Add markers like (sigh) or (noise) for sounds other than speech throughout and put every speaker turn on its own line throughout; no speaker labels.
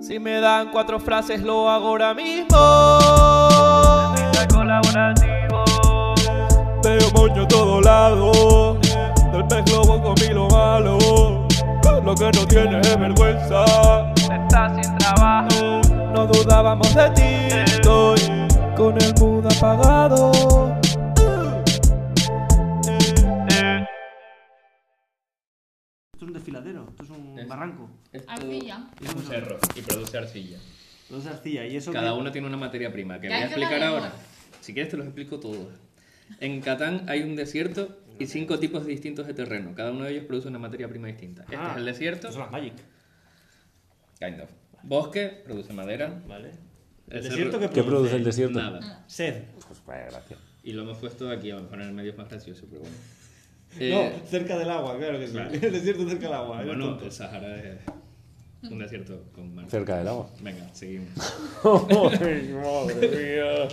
Si me dan cuatro frases lo hago ahora mismo. colaborativo.
Veo moño a todo lado. Del pez globo comí lo malo. Lo que no tienes es vergüenza.
Estás sin trabajo. Eh.
No dudábamos de ti. Estoy con el mood apagado.
Esto es un desfiladero, esto es un
Es-
barranco.
Esto
Arcilla.
Es un cerro y produce arcilla.
No es arcilla. Y eso
Cada
que-
uno tiene una materia prima que
Ya
voy a
es que lo
explicar
vimos.
ahora. Si quieres te los explico todos. En Catán hay un desierto y cinco tipos distintos de terreno. Cada uno de ellos produce una materia prima distinta. Este
Ah,
es el desierto.
Estas son las Magic.
Kind of. Bosque produce madera.
Vale.
El
El
cerro-
desierto que
¿Qué
produce.
produce el desierto?
Nada.
Sed.
Pues vaya gracia.
Y lo hemos puesto aquí, a lo mejor en el medio es más gracioso, pero bueno. Eh,
No, cerca del agua, claro que sí.
Claro.
(laughs) El desierto cerca del agua. eres
bueno,
tonto.
el Sahara es un desierto con mar.
Cerca del agua.
Venga, seguimos.
Ay, madre mía.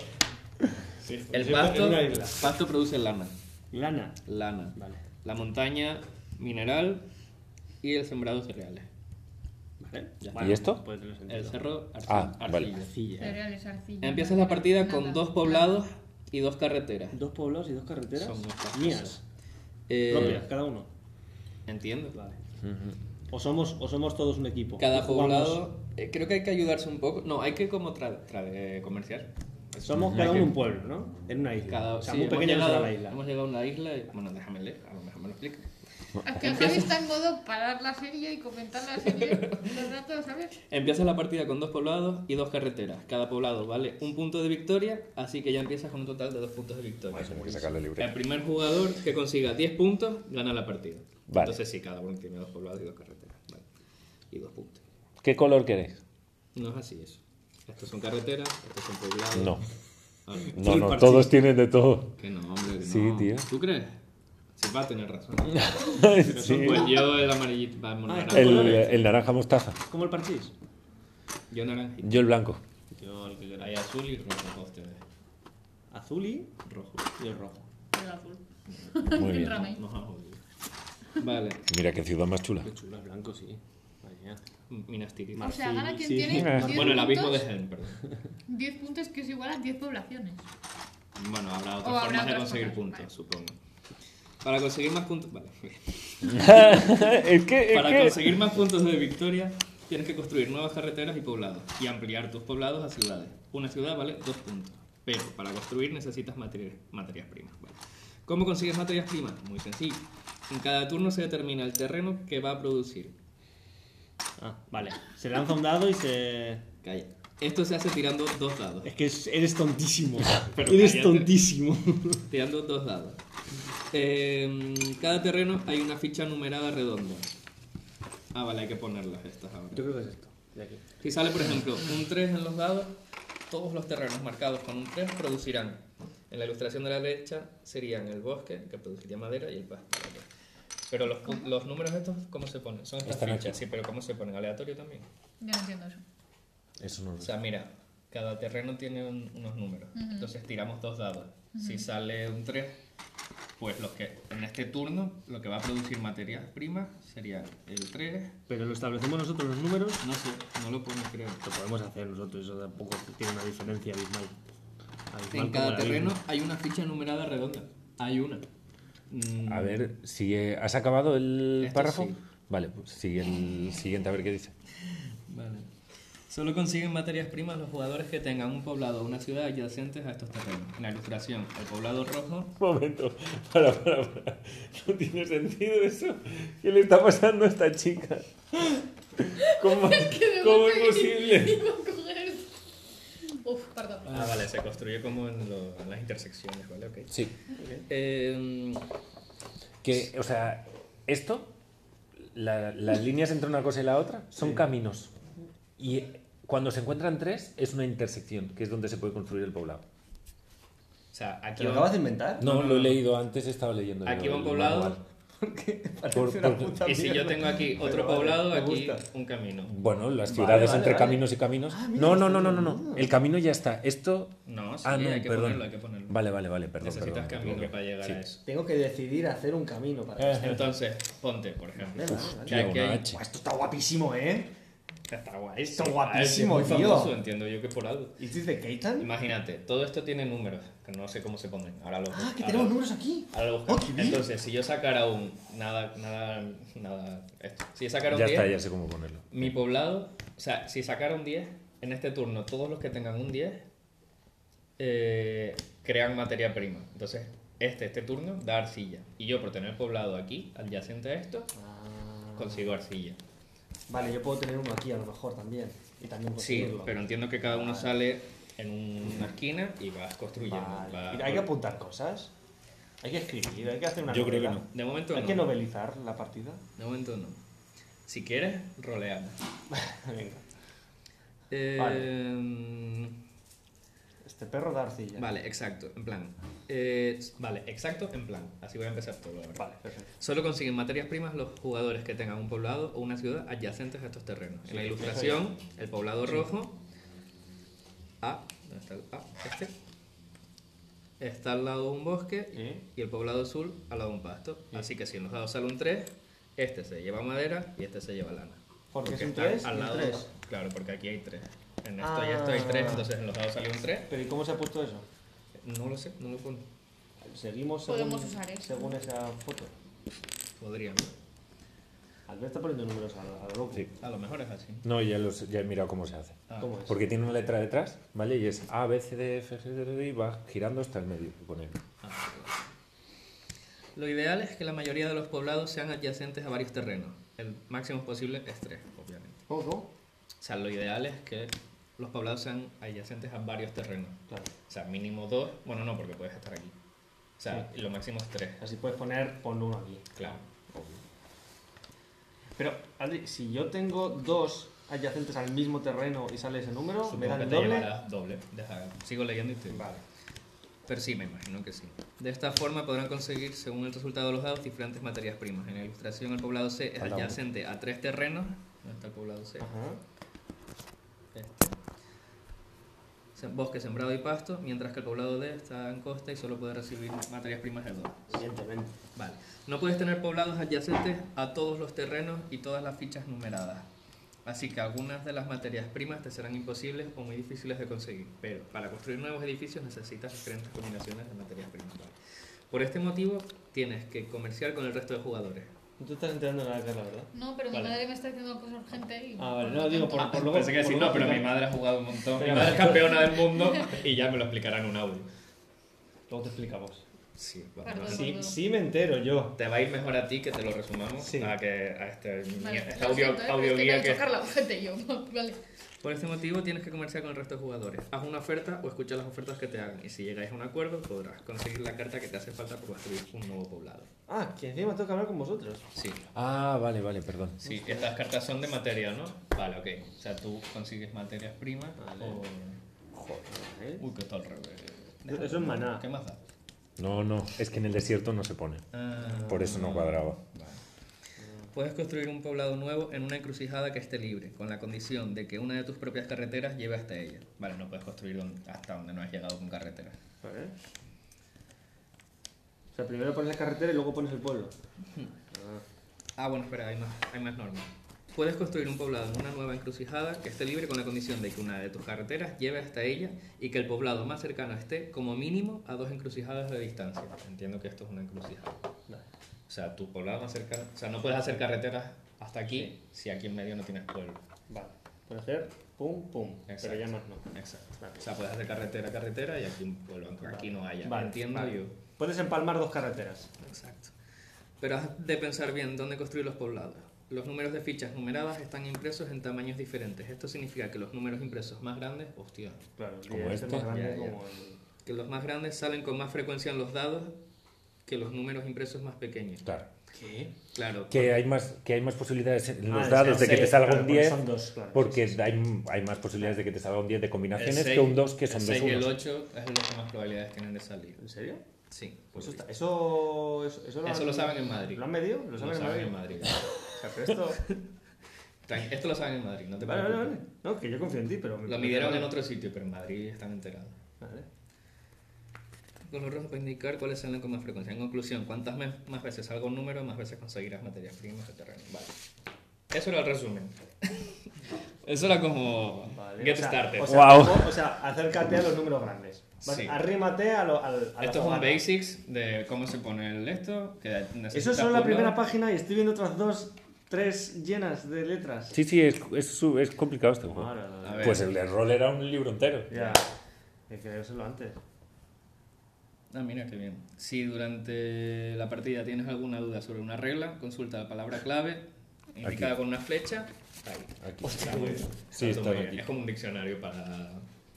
Sí,
El
desierto en
pasto,
una isla.
pasto produce lana.
Lana.
Lana.
Vale.
La montaña, mineral y el sembrado cereales.
Vale.
Ya.
Bueno,
¿Y esto?
puede tener sentido.
El cerro, arci-
Ah, vale.
arcilla.
Arcilla.
Cereales, arcilla.
Empiezas la partida con
Nada.
dos poblados y dos carreteras.
Dos poblados y dos carreteras.
Son nuestras
mías.
Eh,
Propias, cada uno.
entiendo.
Vale. O somos, o somos todos un equipo.
Cada
O jugamos-
poblado, eh, creo que hay que ayudarse un poco. No, hay que como tra- tra- eh, comerciar.
Somos cada uno un pueblo, ¿no? En una isla.
Cada,
o sea,
Eh, sí,
muy
hemos
pequeña que será
llegado-
la isla.
Hemos llegado a una isla y, bueno, déjame leer, a lo mejor me lo explica.
Es que Javi está en modo parar la serie y comentar la serie los datos, ¿sabes?
Empiezas la partida con dos poblados y dos carreteras. Cada poblado vale un punto de victoria, así que ya empiezas con un total de dos puntos de victoria.
Tengo que sacarle el
El
libreta.
primer jugador que consiga 10 puntos gana la partida.
Vale.
Entonces sí, cada uno tiene dos poblados y dos carreteras. Vale. Y dos puntos.
¿Qué color queréis?
No es así eso. Estos son carreteras, estos son poblados.
No.
Ah, no.
No, no, todos tienen de todo.
Que no, hombre, que
Sí,
no.
tío.
¿Tú crees? Sí, va a tener razón.
(laughs) Sí.
Pues yo el amarillito, va,
está
naranja.
El, el naranja mostaza.
¿Cómo el parchís?
Yo naranjito.
Yo el blanco.
Yo el que quiera.
Hay azul y rojo, todos tienen
Azul y,
rojo.
y el rojo.
El azul.
Muy bien.
Rame.
Nos ha jodido. Vale,
Mira qué ciudad más
(laughs)
chula.
Qué chulo, el blanco, sí. Madre mía.
Minas Tirith.
O sea, gana quien
Sí.
tiene 10
Mm, (laughs) Bueno, el abismo de
puntos,
Helm, perdón.
10 puntos que es igual a 10 poblaciones.
Bueno, habrá otras
O habrá
formas de
otras
conseguir
formas,
puntos,
vale.
supongo. Para conseguir más puntos. Vale.
es que.
(laughs) Para
Es que...
conseguir más puntos de victoria, tienes que construir nuevas carreteras y poblados y ampliar tus poblados a ciudades. Una ciudad vale dos puntos, pero para construir necesitas materi- materias primas. Vale. ¿Cómo consigues materias primas? Muy sencillo. En cada turno se determina el terreno que va a producir.
Ah, vale. Se lanza un dado y se.
Calla. Esto se hace tirando dos dados.
Es que es-
(laughs)
eres tontísimo.
Pero
eres
cállate.
tontísimo.
Tirando dos dados. Eh, cada terreno hay una ficha numerada redonda. Ah, vale, hay que ponerlas estas ahora.
Yo creo que es esto. De aquí.
Si sale, por ejemplo, un 3 en los dados, todos los terrenos marcados con un 3 producirán. En la ilustración de la derecha serían el bosque, que produciría madera, y el pasto. ¿vale? Pero los, pu- los números estos, ¿cómo se ponen? Son estas
Están aquí.
fichas, sí, pero ¿cómo se ponen? ¿Aleatorio también?
Yo no entiendo eso.
Eso no
O sea, mira, cada terreno tiene un- unos números. Entonces tiramos dos dados. Si sale un 3, pues los que en este turno lo que va a producir materias primas sería el 3.
Pero lo establecemos nosotros los números.
No sé, no lo puedo creer.
Lo podemos hacer nosotros, eso tampoco tiene una diferencia abismal. Abismal
En
como
cada
la
terreno
abismo.
hay una ficha numerada redonda. Hay una. Mm,
A ver, si eh, ¿has acabado el
Esto
párrafo?
Este sí.
Vale, pues sigue el siguiente, a ver qué dice.
Vale. Solo consiguen materias primas los jugadores que tengan un poblado o una ciudad adyacentes a estos terrenos. En la ilustración, el poblado rojo.
Un momento, para, para, para. No tiene sentido eso. ¿Qué le está pasando a esta chica? ¿Cómo, cómo es
(laughs)
posible?
Iba a coger... Uf, perdón.
Ah, vale, se construye como en, lo- en las intersecciones, ¿vale? Ok.
Sí,
Eh,
que, o sea, esto, la- las líneas entre una cosa y la otra, son caminos. Y cuando se encuentran tres, es una intersección, que es donde se puede construir el poblado.
o sea, aquí
¿Te lo
va,
acabas de inventar?
No, lo he leído antes, estaba leyendo.
aquí va un
manual.
poblado.
Por- por-
Y si yo tengo aquí otro poblado, aquí un camino.
Bueno, las
Vale,
ciudades
vale,
entre
vale.
caminos y caminos.
Ah,
no, no, no, no, no, no. El camino ya está. Esto.
No, sí,
ah, no,
hay que
perdón.
ponerlo, hay que ponerlo.
Vale, vale, vale, perdón.
Necesitas
perdón, me
camino
equivoqué.
para llegar
Sí. Eh,
a eso.
Tengo que decidir hacer un camino para
Entonces, ponte, por ejemplo.
Vale, vale, vale.
que aquí
Tío, una
hay-
H.
Buah, Esto está guapísimo, ¿eh?
(laughs) Está guay.
Está
sí.
guapísimo,
Ah, es muy
tío.
famoso, entiendo yo que por algo.
¿Y este de Keitan?
Imagínate, todo esto tiene números, que no sé cómo se ponen. Ahora lo
Ah, que
ahora-
tenemos números aquí.
ahora lo
Oh,
buscamos.
qué bien.
Entonces, si yo sacara un. Nada, nada, nada. Esto. Si yo sacara un
Ya
10,
está, ya sé cómo ponerlo.
mi poblado. O sea, si sacara un 10, en este turno, todos los que tengan un 10 eh, crean materia prima. Entonces, este, este turno da arcilla. Y yo, por tener poblado aquí, adyacente a esto,
Ah.
consigo arcilla.
Vale, yo puedo tener uno aquí a lo mejor también. Y también
Sí,
construirlo.
pero entiendo que cada uno
Vale.
sale en una esquina y vas construyendo.
Vale.
vas-
Mira, hay que apuntar cosas. Hay que escribir, hay que hacer una
Yo creo que
novela.
De momento
Hay
no.
que novelizar la partida. (laughs)
De momento no. Si quieres, roleamos.
Venga.
Eh, Em,
Este perro da arcilla.
Vale, exacto, en plan. Eh, vale, exacto, en plan. Así voy a empezar todo. ahora.
Vale, perfecto.
Solo consiguen materias primas los jugadores que tengan un poblado o una ciudad adyacentes a estos terrenos. en la
Sí,
ilustración, el poblado rojo. A. ¿Dónde está el A? Este. Está al lado de un bosque
Sí.
y el poblado azul al lado de un pasto. Así que si en los dados sale un 3, este se lleva madera y este se lleva lana.
Porque es un
están
3 y un 3.
Claro, porque aquí hay 3. En esto y esto hay
Ah.
3, entonces en los dados sale un 3.
Pero ¿y cómo se ha puesto eso?
No lo sé, no lo pone.
Seguimos según,
Podemos usar eso.
según esa foto.
Podría, ¿no?
Albert está poniendo números a, lo- a lo loco.
Sí.
A lo mejor es así.
No, ya, los, ya he mirado cómo se hace.
Ah,
¿Cómo es?
Porque tiene una letra detrás, ¿vale? Y es A, B, C, D, F, G, D, D, y va girando hasta el medio. y pone.
ah, Lo ideal es que la mayoría de los poblados sean adyacentes a varios terrenos. El máximo posible es 3, obviamente.
¿Cómo, cómo?
O sea, lo ideal es que los poblados sean adyacentes a varios terrenos.
Claro.
O sea, mínimo 2. Bueno, no, porque puedes estar aquí. O sea, lo máximo es 3.
Así puedes poner, pon uno aquí.
Claro.
Pero, Adri, si yo tengo dos adyacentes al mismo terreno y sale ese número, ¿me
Supongo que
dan
te
doble?
llevará doble. Deja, sigo leyendo y te
Vale.
Pero sí, me imagino que sí. De esta forma podrán conseguir, según el resultado de los dados, diferentes materias primas. En la ilustración, el poblado C es
Falta uno.
adyacente a tres terrenos. ¿Dónde está el poblado C?
Ajá.
Este. Se- Bosque sembrado y pasto, mientras que el poblado D está en costa y solo puede recibir materias primas de dos.
Evidentemente.
Vale. No puedes tener poblados adyacentes a todos los terrenos y todas las fichas numeradas. Así que algunas de las materias primas te serán imposibles o muy difíciles de conseguir. Pero para construir nuevos edificios necesitas diferentes combinaciones de materias primas. Vale. Por este motivo, tienes que comerciar con el resto de jugadores.
No te estás enterando de nada, Carla, ¿verdad?
No, pero
Vale.
mi madre me está haciendo cosas urgentes y...
Ah, vale, no, digo, por, por luego...
Pensé que
por
sí,
luego
no, pero mi
explicar-
madre ha jugado un montón. Mi
Espera. (laughs)
madre es campeona del mundo y ya me lo explicará en un audio.
Luego te explicamos.
Sí,
Perdón.
sí.
Sí, sí me entero yo.
Te va a ir mejor a ti que te lo resumamos
Sí.
a, que, a este,
Vale,
esta
lo
audio,
siento, eh, pero
audio
es que me ha
guía que...
dicho Carla, urgente y yo. (laughs) Vale.
Por este motivo tienes que comerciar con el resto de jugadores. Haz una oferta o escucha las ofertas que te hagan y si llegáis a un acuerdo podrás conseguir la carta que te hace falta para construir un nuevo poblado.
Ah, que encima tengo que hablar con vosotros.
Sí.
Ah, vale, vale, perdón.
Sí, estas cartas son de materia, ¿no? Vale, ok. O sea, tú consigues materias primas o...
Joder.
Uy, que está al revés.
Eso es maná.
¿Qué más da?
No, no, es que en el desierto no se pone.
Ah.
Por eso no cuadraba.
Puedes construir un poblado nuevo en una encrucijada que esté libre, con la condición de que una de tus propias carreteras lleve hasta ella. Vale, no puedes construir don- hasta donde no has llegado con carretera.
Vale. O sea, primero pones la carretera y luego pones el pueblo.
Ah, bueno, espera, hay más, hay más normas. Puedes construir un poblado en una nueva encrucijada que esté libre con la condición de que una de tus carreteras lleve hasta ella y que el poblado más cercano esté como mínimo a dos encrucijadas de distancia. Entiendo que esto es una encrucijada. O sea, tu poblado más cercano... O sea, no puedes hacer carreteras hasta aquí si aquí en medio no tienes pueblo.
Vale. Puedes hacer pum, pum.
Exacto.
Pero ya más no.
Exacto.
Vale.
O sea, puedes hacer carretera, carretera y aquí un pueblo, aunque aquí no haya.
Vale,
Entiendo
vale.
yo.
Puedes empalmar dos carreteras.
Exacto. Pero has de pensar bien dónde construir los poblados. Los números de fichas numeradas están impresos en tamaños diferentes. Esto significa que los números impresos más grandes, hostia,
Claro, el
Como
día
este.
más grande
Ya, ya.
como el-
que los más grandes salen con más frecuencia en los dados que los números impresos más pequeños.
Claro.
¿Qué?
Claro.
Que hay más, que hay más posibilidades en
Ah,
los
es
dados
que
de que te
seis,
salga
claro,
un
porque
10.
son dos, claro.
Porque hay, hay más posibilidades de que te salga un 10 de combinaciones
el
que un
seis-
2, que
el
son dos
seis y el
unos.
8 es los que más probabilidades tienen de salir.
¿En serio?
Sí.
Pues
por
eso,
visto.
está- eso, eso, eso
Eso lo saben en Madrid.
¿Lo han medido? ¿Lo saben en Madrid? O sea, pero
(laughs)
esto...
Tran- Esto lo saben en Madrid, no te
vale, vale,
preocupes.
vale. No, que yo confío en ti, pero...
Lo midieron en otro sitio, pero en Madrid están enterados.
Vale.
Con los rojos para indicar cuáles salen con más frecuencia. En conclusión, cuantas me- más veces salga un número, más veces conseguirás materias primas de terreno. Vale. Eso era el resumen. (laughs) Eso era como.
Vale,
Get
o sea,
started.
O sea,
Wow.
o- o sea, acércate a los números grandes. Vas-
Sí.
Arrímate a lo- al, a la
Esto es un
fogata.
basics de cómo se pone el esto. Que necesitas
Eso es solo la
poblar.
primera página y estoy viendo otras dos, tres llenas de letras.
Sí, sí, es, es, su- es complicado este juego.
Madre mía.
A ver,
Pues el de rol era un libro entero. (laughs)
Ya. Hay que leérselo antes.
Ah, mira, qué bien. Si durante la partida tienes alguna duda sobre una regla, consulta la palabra clave indicada con una flecha. Ahí.
Aquí.
Está muy bien.
Sí,
Está muy
está
bien.
aquí.
Es como un diccionario para,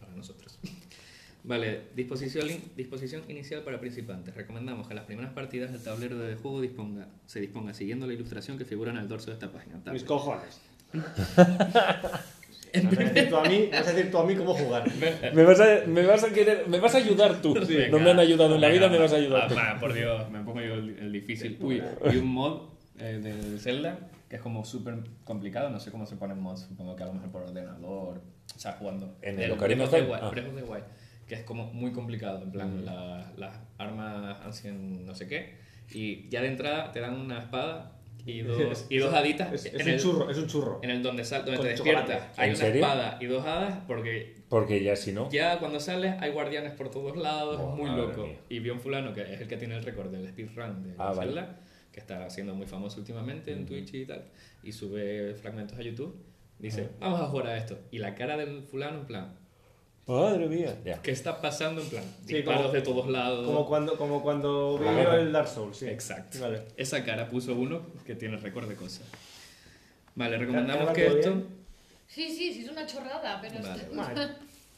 para nosotros. (laughs) Vale, disposición, disposición inicial para principiantes. Recomendamos que en las primeras partidas el tablero de juego disponga, se disponga siguiendo la ilustración que figura en el dorso de esta página. Tal.
Mis
(laughs)
cojones. Vas a decir tú a mí, vas a decir tú a mí cómo jugar.
Me vas, a, me vas a querer, me vas a ayudar tú. no me han ayudado en la vida, me vas a ayudar
Ah,
tú.
va, por Dios, me pongo yo el, el difícil. Uy, y un mod eh, de, de Zelda que es como súper complicado. No sé cómo se ponen mods, supongo que a lo mejor por ordenador, o sea, jugando.
¿En el Ocarina of
Breath of the
Time?
Wild-
Ah. Mm.
Breath of the Wild, que es como muy complicado. En plan, la- las armas hacen no sé qué. Y ya de entrada te dan una espada
(laughs)
y dos, y dos haditas.
Es, es
en
un
el-
churro, es un churro.
En el donde, sal, donde
Con
te
chocolate.
despiertas hay
¿En
una
serio?
espada y dos hadas porque
Porque ya si no.
ya cuando sales hay guardianes por todos lados,
Buah,
es muy
madre
loco.
mía.
Y vi a un fulano que es el que tiene el récord del speedrun de
Ah, vale.
Zelda, que está siendo muy famoso últimamente en Twitch y tal, y sube fragmentos a YouTube, dice, vamos a jugar a esto. Y la cara del fulano en plan,
Madre mía. Ya.
¿qué está pasando? En plan,
Sí,
disparos
como-
de todos lados.
Como cuando, como cuando vivió
guerra.
el Dark Souls, sí.
Exacto.
Vale.
Esa cara puso uno que tiene récord de cosas. Vale,
¿Te
recomendamos
ha
que
quedado
esto...
bien?
Sí, sí, sí, es una chorrada, pero
Vale,
está-
Vale.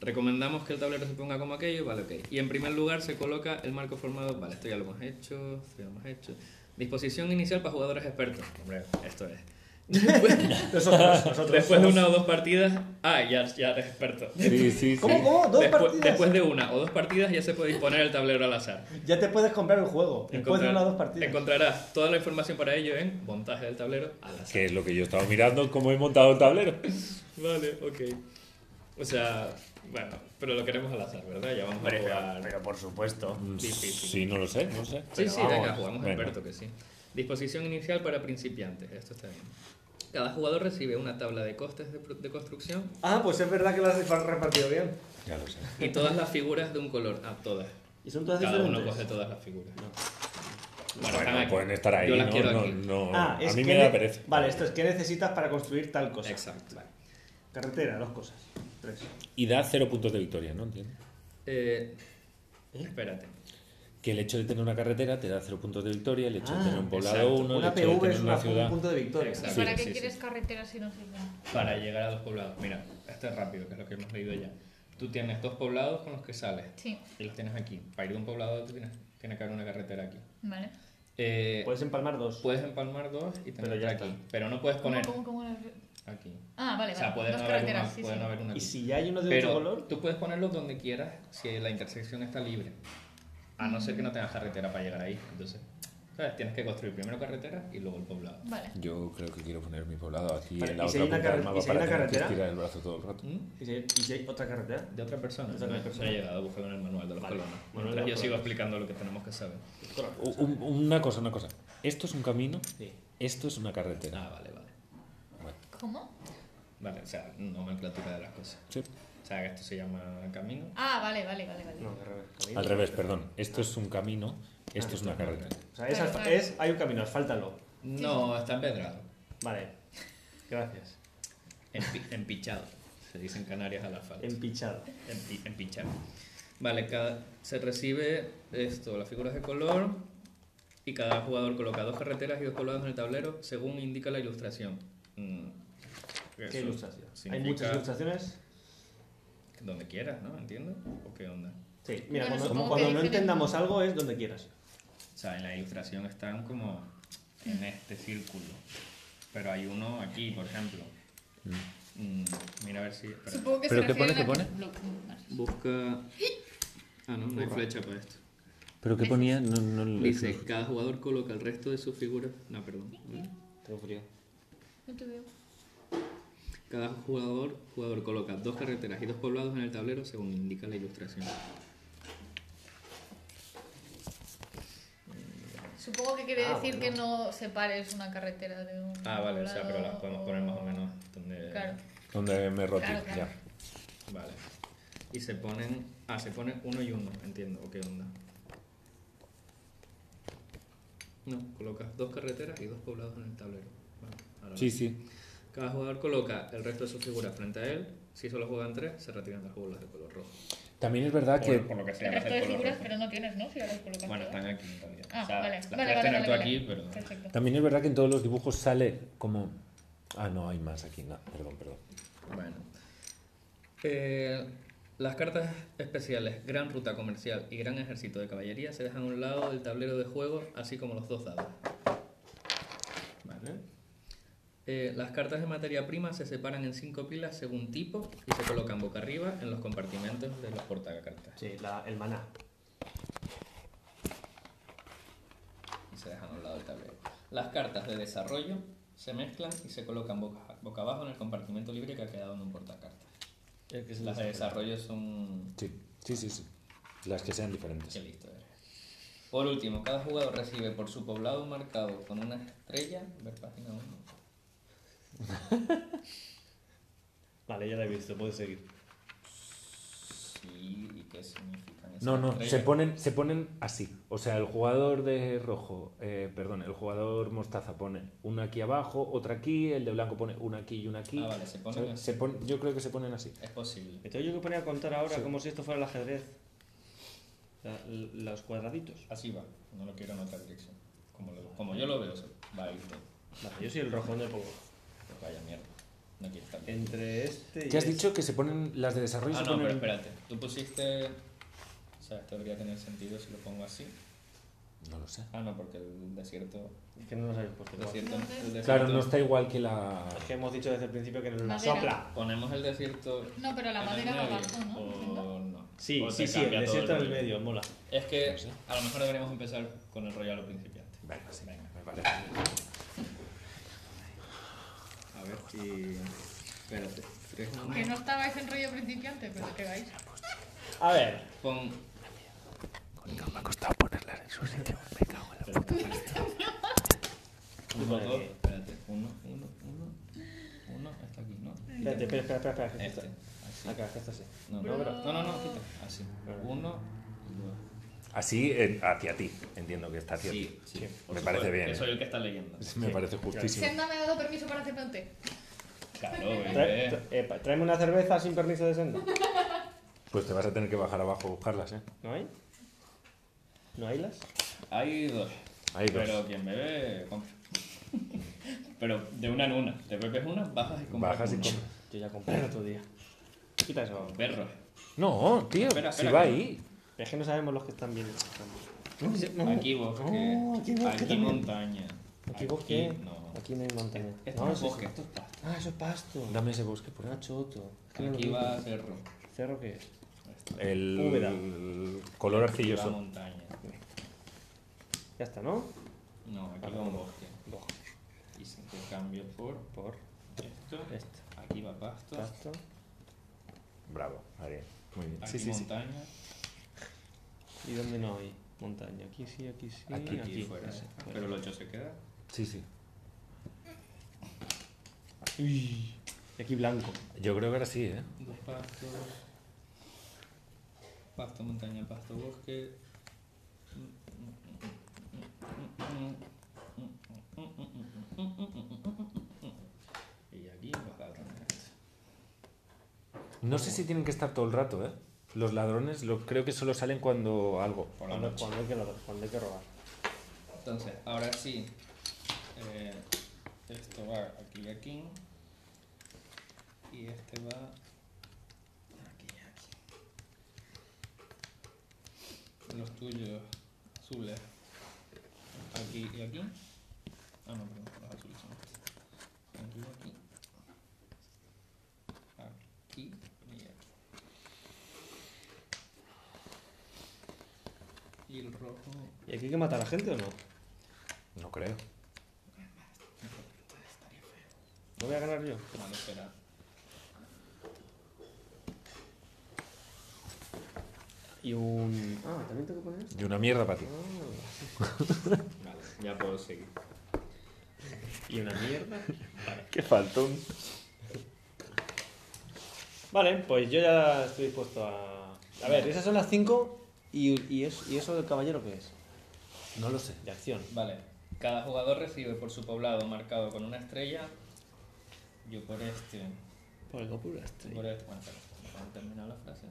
Recomendamos que el tablero se ponga como aquello, vale, ok. Y en primer lugar se coloca el marco formado, vale, esto ya lo hemos hecho, esto ya lo hemos hecho. Disposición inicial para jugadores expertos. Hombre, esto es.
(laughs)
Después, (laughs)
Nosotros, nosotros.
después de una o dos partidas, ah, ya, ya eres experto.
Sí, sí, sí.
¿Cómo, cómo? Oh, ¿Dos
después,
partidas?
después de una o dos partidas ya se puede disponer el tablero al azar.
Ya te puedes comprar el juego. Después de
Encontrar-
una o dos partidas.
Encontrarás toda la información para ello en montaje del tablero al azar.
Que es lo que yo estaba mirando, cómo he montado el tablero.
Vale, ok. O sea, bueno, pero lo queremos al azar, ¿verdad? Ya vamos a jugar.
por supuesto.
Difícil.
Sí, no lo sé, no sé.
Sí,
Pero
sí,
vamos,
venga, jugamos
venga.
Alberto, que sí. Disposición inicial para principiantes, esto está bien. Cada jugador recibe una tabla de costes de, pro- de construcción
Ah, pues es verdad que lo has repartido bien.
Ya lo sé.
y todas las figuras de un color. Ah, todas.
Y son todas
Cada uno
diferentes.
coge todas las figuras. están
Bueno,
aquí.
pueden estar ahí.
Yo las
¿no?
quiero
No,
aquí.
no.
Ah,
a
es
mí
que
me
ne-
da pereza.
Vale, esto es que necesitas para construir tal cosa.
Exacto.
Carretera, dos cosas. Tres.
Y da cero puntos de victoria, ¿no? Entiendo.
Eh, espérate.
Que el hecho de tener una carretera te da cero puntos de victoria, el hecho de tener un poblado
exacto.
uno, el
Ah, una
hecho de
PV
tener
es
una
una- un
ciudad.
punto de victoria.
¿Y
Exacto.
para
Sí,
qué
sí,
quieres
sí.
carretera si no sirve?
Para llegar a dos poblados. Mira, esto es rápido, que es lo que hemos leído ya. Tú tienes dos poblados con los que sales.
Sí,
Y los tienes aquí. Para ir de un poblado a otro tienes, tiene que haber una carretera aquí.
vale.
Eh,
Puedes empalmar dos.
Puedes empalmar dos y tener
Pero ya
aquí.
está.
Pero no puedes poner
¿Cómo, cómo, cómo las-
aquí.
Ah, vale, vale.
O sea, puede
Dos
no haber una,
carreteras, sí,
puede
sí.
no haber una
Y
aquí.
si ya hay uno de otro
Pero
color,
tú puedes ponerlo donde quieras si la intersección está libre. A no ser que no tengas carretera para llegar ahí. Entonces, ¿sabes? Tienes que construir primero carretera y luego el poblado.
Vale.
Yo creo que quiero poner mi poblado aquí
Vale,
en la
¿y si
otra
hay una
punta del
carre-
mapa
y si hay
para
una
tener que
carretera?
estirar el brazo todo el rato.
¿Mm?
¿Y si, hay, y si hay otra carretera.
De otra persona.
otra
no, he-
persona.
no he llegado a buscarlo en el manual de los
Vale.
colonos.
Manual de
Mientras
los
yo sigo
colonos.
explicando lo que tenemos que saber.
U- un- una cosa, una cosa. Esto es un camino,
Sí.
esto es una carretera.
Ah, vale, vale.
¿Cómo?
Vale, o sea, nomenclatura de las cosas.
Sí.
O sea, que esto se llama camino.
Ah, vale, vale, vale. vale.
No, al revés.
Al revés, perdón. Esto es un camino, esto es una carretera.
O sea, es, asf- es- hay un camino, asfáltalo.
No, está empedrado.
Vale. Gracias.
Empi- (laughs) empichado. Se dice en Canarias al asfalto.
Empichado.
Empi- empichar. Vale, cada- se recibe esto, las figuras de color y cada jugador coloca dos carreteras y dos poblados en el tablero según indica la ilustración. Mm,
¿Qué
eso
ilustración? Hay
significa
muchas ilustraciones.
Donde quieras, ¿no? Entiendo. ¿O qué onda?
Sí, mira,
Bueno,
cuando,
supongo
cuando
que
no
dicen-
entendamos algo es donde quieras.
O sea, en la ilustración están como en este círculo. Pero hay uno aquí, por ejemplo. Mm, mira a ver si... espera.
Supongo que
¿Pero
se
qué pone,
refieren
qué
a-
pone?
lo- no sé.
Busca... Ah, no, no hay flecha para esto.
¿Pero qué ponía? No, no, no-
Dice, cada jugador coloca el resto de sus figuras... No, perdón.
Tengo frío.
No te veo.
Cada jugador, jugador coloca dos carreteras y dos poblados en el tablero según indica la ilustración.
Supongo que quiere
Ah,
decir
bueno.
que no separes una carretera de un.
Ah, vale, o sea, pero las
poblado
podemos poner más o menos donde...
Claro.
Ok. donde me roté.
Claro, claro.
ya.
Vale. Y se ponen. Ah, se pone uno y uno, entiendo. ¿O qué onda? No, colocas dos carreteras y dos poblados en el tablero. Vale, ahora
Sí,
lo-
sí.
Cada jugador coloca el resto de sus figuras frente a él. Si solo juegan tres, se retiran las bolas de color rojo.
También es verdad
Por,
Ah, que
por lo que sea,
El
las
resto
de
de
color
figuras,
rojo.
pero no tienes, ¿no? Si ya las colocas
Bueno,
todas.
están aquí en realidad.
Ah,
O sea,
vale,
Las
vale,
puedes
vale,
tener
vale,
tú
vale.
aquí, pero.
Perfecto.
También es verdad que en todos los dibujos sale como. Ah, no, hay más aquí. No, perdón, perdón.
Bueno. Eh, las cartas especiales Gran Ruta Comercial y Gran Ejército de Caballería se dejan a un lado del tablero de juego, así como los dos dados. Vale. Eh, las cartas de materia prima se separan en cinco pilas según tipo y se colocan boca arriba en los compartimentos de los portacartas.
Sí, la- el maná.
y se dejan a un lado del tablero. Las cartas de desarrollo se mezclan y se colocan boca, boca abajo en el compartimento libre que ha quedado en un portacartas. Las de desarrollo son...
Sí, sí, sí. sí. Las que sean diferentes.
Qué listo eres. Por último, cada jugador recibe por su poblado marcado con una estrella... Ver página 1.
Vale, ya la he visto, puedes seguir.
Sí, ¿y qué significan esas
No, no,
estrellas?
se ponen, se ponen así. O sea, el jugador de rojo, eh, perdón, el jugador mostaza pone una aquí abajo, otra aquí, el de blanco pone una aquí y una aquí.
Ah, vale, se ponen
¿Sabes?
así.
Se pon- yo creo que se ponen así.
Es posible.
Me tengo yo que poner a contar ahora como si esto fuera el ajedrez. La- los cuadraditos.
Así va. No lo quiero en otra dirección. Como, lo- como yo lo veo, se- va a ir todo.
Vale, yo soy el rojón de poco.
Pues vaya mierda. No quiero estar bien.
Entre este y.
¿Qué has
este.
dicho? Que se ponen las de desarrollo.
Ah,
se
no, pero
ponen-
espérate. Tú pusiste... O sea, esto debería tener sentido si lo pongo así.
No lo sé.
Ah, no, porque el desierto...
Es que no nos habéis puesto
El
igual.
desierto, el desierto
Claro, no está igual que la.
Es que hemos dicho desde el principio que nos la
Madera.
sopla.
Ponemos el desierto...
No, pero la
en el
madera va
medio,
abajo, ¿no?
O no.
Sí,
O
sí,
Pues te
sí,
cambia
el
todo
desierto del
rollo.
medio, mola.
Es que a lo mejor deberíamos empezar con el rollo a lo principiante.
Venga, sí,
Venga.
me parece.
A ver si... Espérate. Tres, uno.
Que no estabais en rollo principiante, pero que vais.
A ver,
Pon... Me ha costado ponerlas en su sitio. Me cago en la... Uno, dos, espérate. Uno, uno, uno. Uno, está aquí, ¿no?
espérate, espera, espera, espera. espera que esto
Este.
está-
Así.
Acá, acá está así.
No, no, no, no, no, quita. Así. Uno, dos.
Así eh, hacia ti. Entiendo que está hacia ti.
Sí, sí. por
Me parece
supuesto,
bien. eh.
Que soy el que está leyendo.
Me parece justísimo.
Senda me ha dado permiso para hacerme un té.
(laughs)
Claro,
Trae-
bebé.
tra- epa, tráeme una cerveza sin permiso de senda.
Pues te vas a tener que bajar abajo a buscarlas, ¿eh?
¿No hay? ¿No hay las?
Hay dos.
Hay dos.
Pero quien bebe,
(laughs)
compra. Pero de una en una. Te bebes una, bajas y compras.
Bajas y
una.
compras.
Yo ya compré el otro día. Quita eso.
Perro.
No, tío,
Espera,
si
espera,
va
que no.
ahí.
Es que no sabemos los que están bien. y los que están mal.
Aquí bosque.
aquí bosque
aquí
también.
montaña.
Aquí bosque.
no.
Aquí no hay montaña.
Esto
No,
no es
eso-
bosque, esto es pasto.
Ah, eso es pasto.
Dame ese bosque, por favor.
Ah, choto. Es que no lo
Aquí
vi.
va cerro.
¿Cerro qué es?
El
Húmeda.
color
Aquí va
arcilloso.
montaña.
Ya está, ¿no?
No, aquí va un bosque. Y se cambio por
Por
esto.
esto.
Aquí va pasto.
Pasto.
Bravo, Ariel. Muy bien.
Aquí montaña.
¿Y dónde no hay montaña? Aquí sí, aquí sí.
Aquí, fuera. eh.
Eso,
Pero el 8 se queda.
Sí, sí.
Uy. Y aquí blanco.
Yo creo que ahora sí, ¿eh?
Dos pastos. Pasto, montaña, pasto, bosque. Y aquí los ladrones.
No sé si tienen que estar todo el rato, ¿eh? Los ladrones lo- creo que solo salen cuando algo.
Por la
Cuando,
noche.
cuando hay que ladrar, cuando hay que robar.
Entonces, ahora sí. eh, esto va aquí y aquí. Y este va aquí y aquí. Los tuyos azules. Aquí y aquí. Ah, no, perdón, los azules son estos. Aquí y aquí. Aquí y aquí. Y el rojo
¿Y aquí hay que matar a gente o no?
No creo.
¿No voy a ganar yo?
Vale, espera.
Y un. Ah, también tengo que poner esto.
Y una mierda para ti.
Vale, ya puedo seguir.
Y una mierda.
Qué faltón.
Vale, pues yo ya estoy dispuesto a. A ver, esas son las 5 y, y, es- ¿y eso del caballero qué es?
No lo sé.
De acción.
Vale. Cada jugador recibe por su poblado marcado con una estrella. Yo por este.
Por el Gopur
tú Por este. Bueno, espera, para terminar la frase.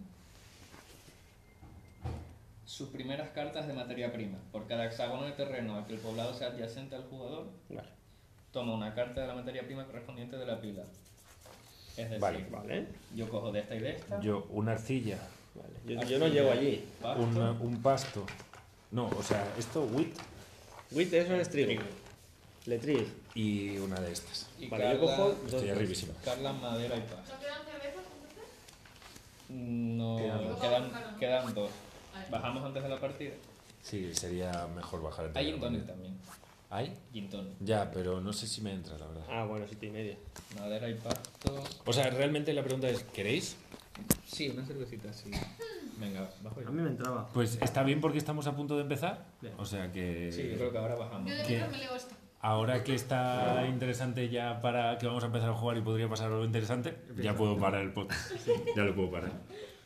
Sus primeras cartas de materia prima. Por cada hexágono de terreno a que el poblado sea adyacente al jugador,
Vale.
toma una carta de la materia prima correspondiente de la pila. Es decir,
Vale.
Vale.
yo cojo de esta y de esta.
Yo, una arcilla,
vale. Yo, yo no llego allí.
pasto,
una- un pasto. No, o sea, esto, wheat
Wit, eso es trigo. Letrig.
y una de estas.
y
Vale, yo
cartas-
cojo dos.
Estoy arribísimo.
Carlas, madera y paz.
¿No quedan cervezas entonces?
No,
Quedan dos.
quedan, quedan dos.
A ver.
Bajamos antes de la partida.
Sí, sería mejor bajar. entre
Hay
la
gin tonic
moneda.
también.
¿Hay?
Gin tonic.
Ya, pero no sé si me entra, la verdad.
Ah, bueno, siete y media.
Madera y pasto.
O sea, realmente la pregunta es, ¿queréis?
Sí, una cervecita, sí. Venga, bajo yo.
A mí me entraba.
Pues está bien porque estamos a punto de empezar. O sea que...
Sí, yo creo que ahora bajamos.
Yo de
¿Qué?
menos me leo esta.
Ahora que está interesante ya para que vamos a empezar a jugar y podría pasar algo interesante, ya puedo parar el podcast. Ya lo puedo parar.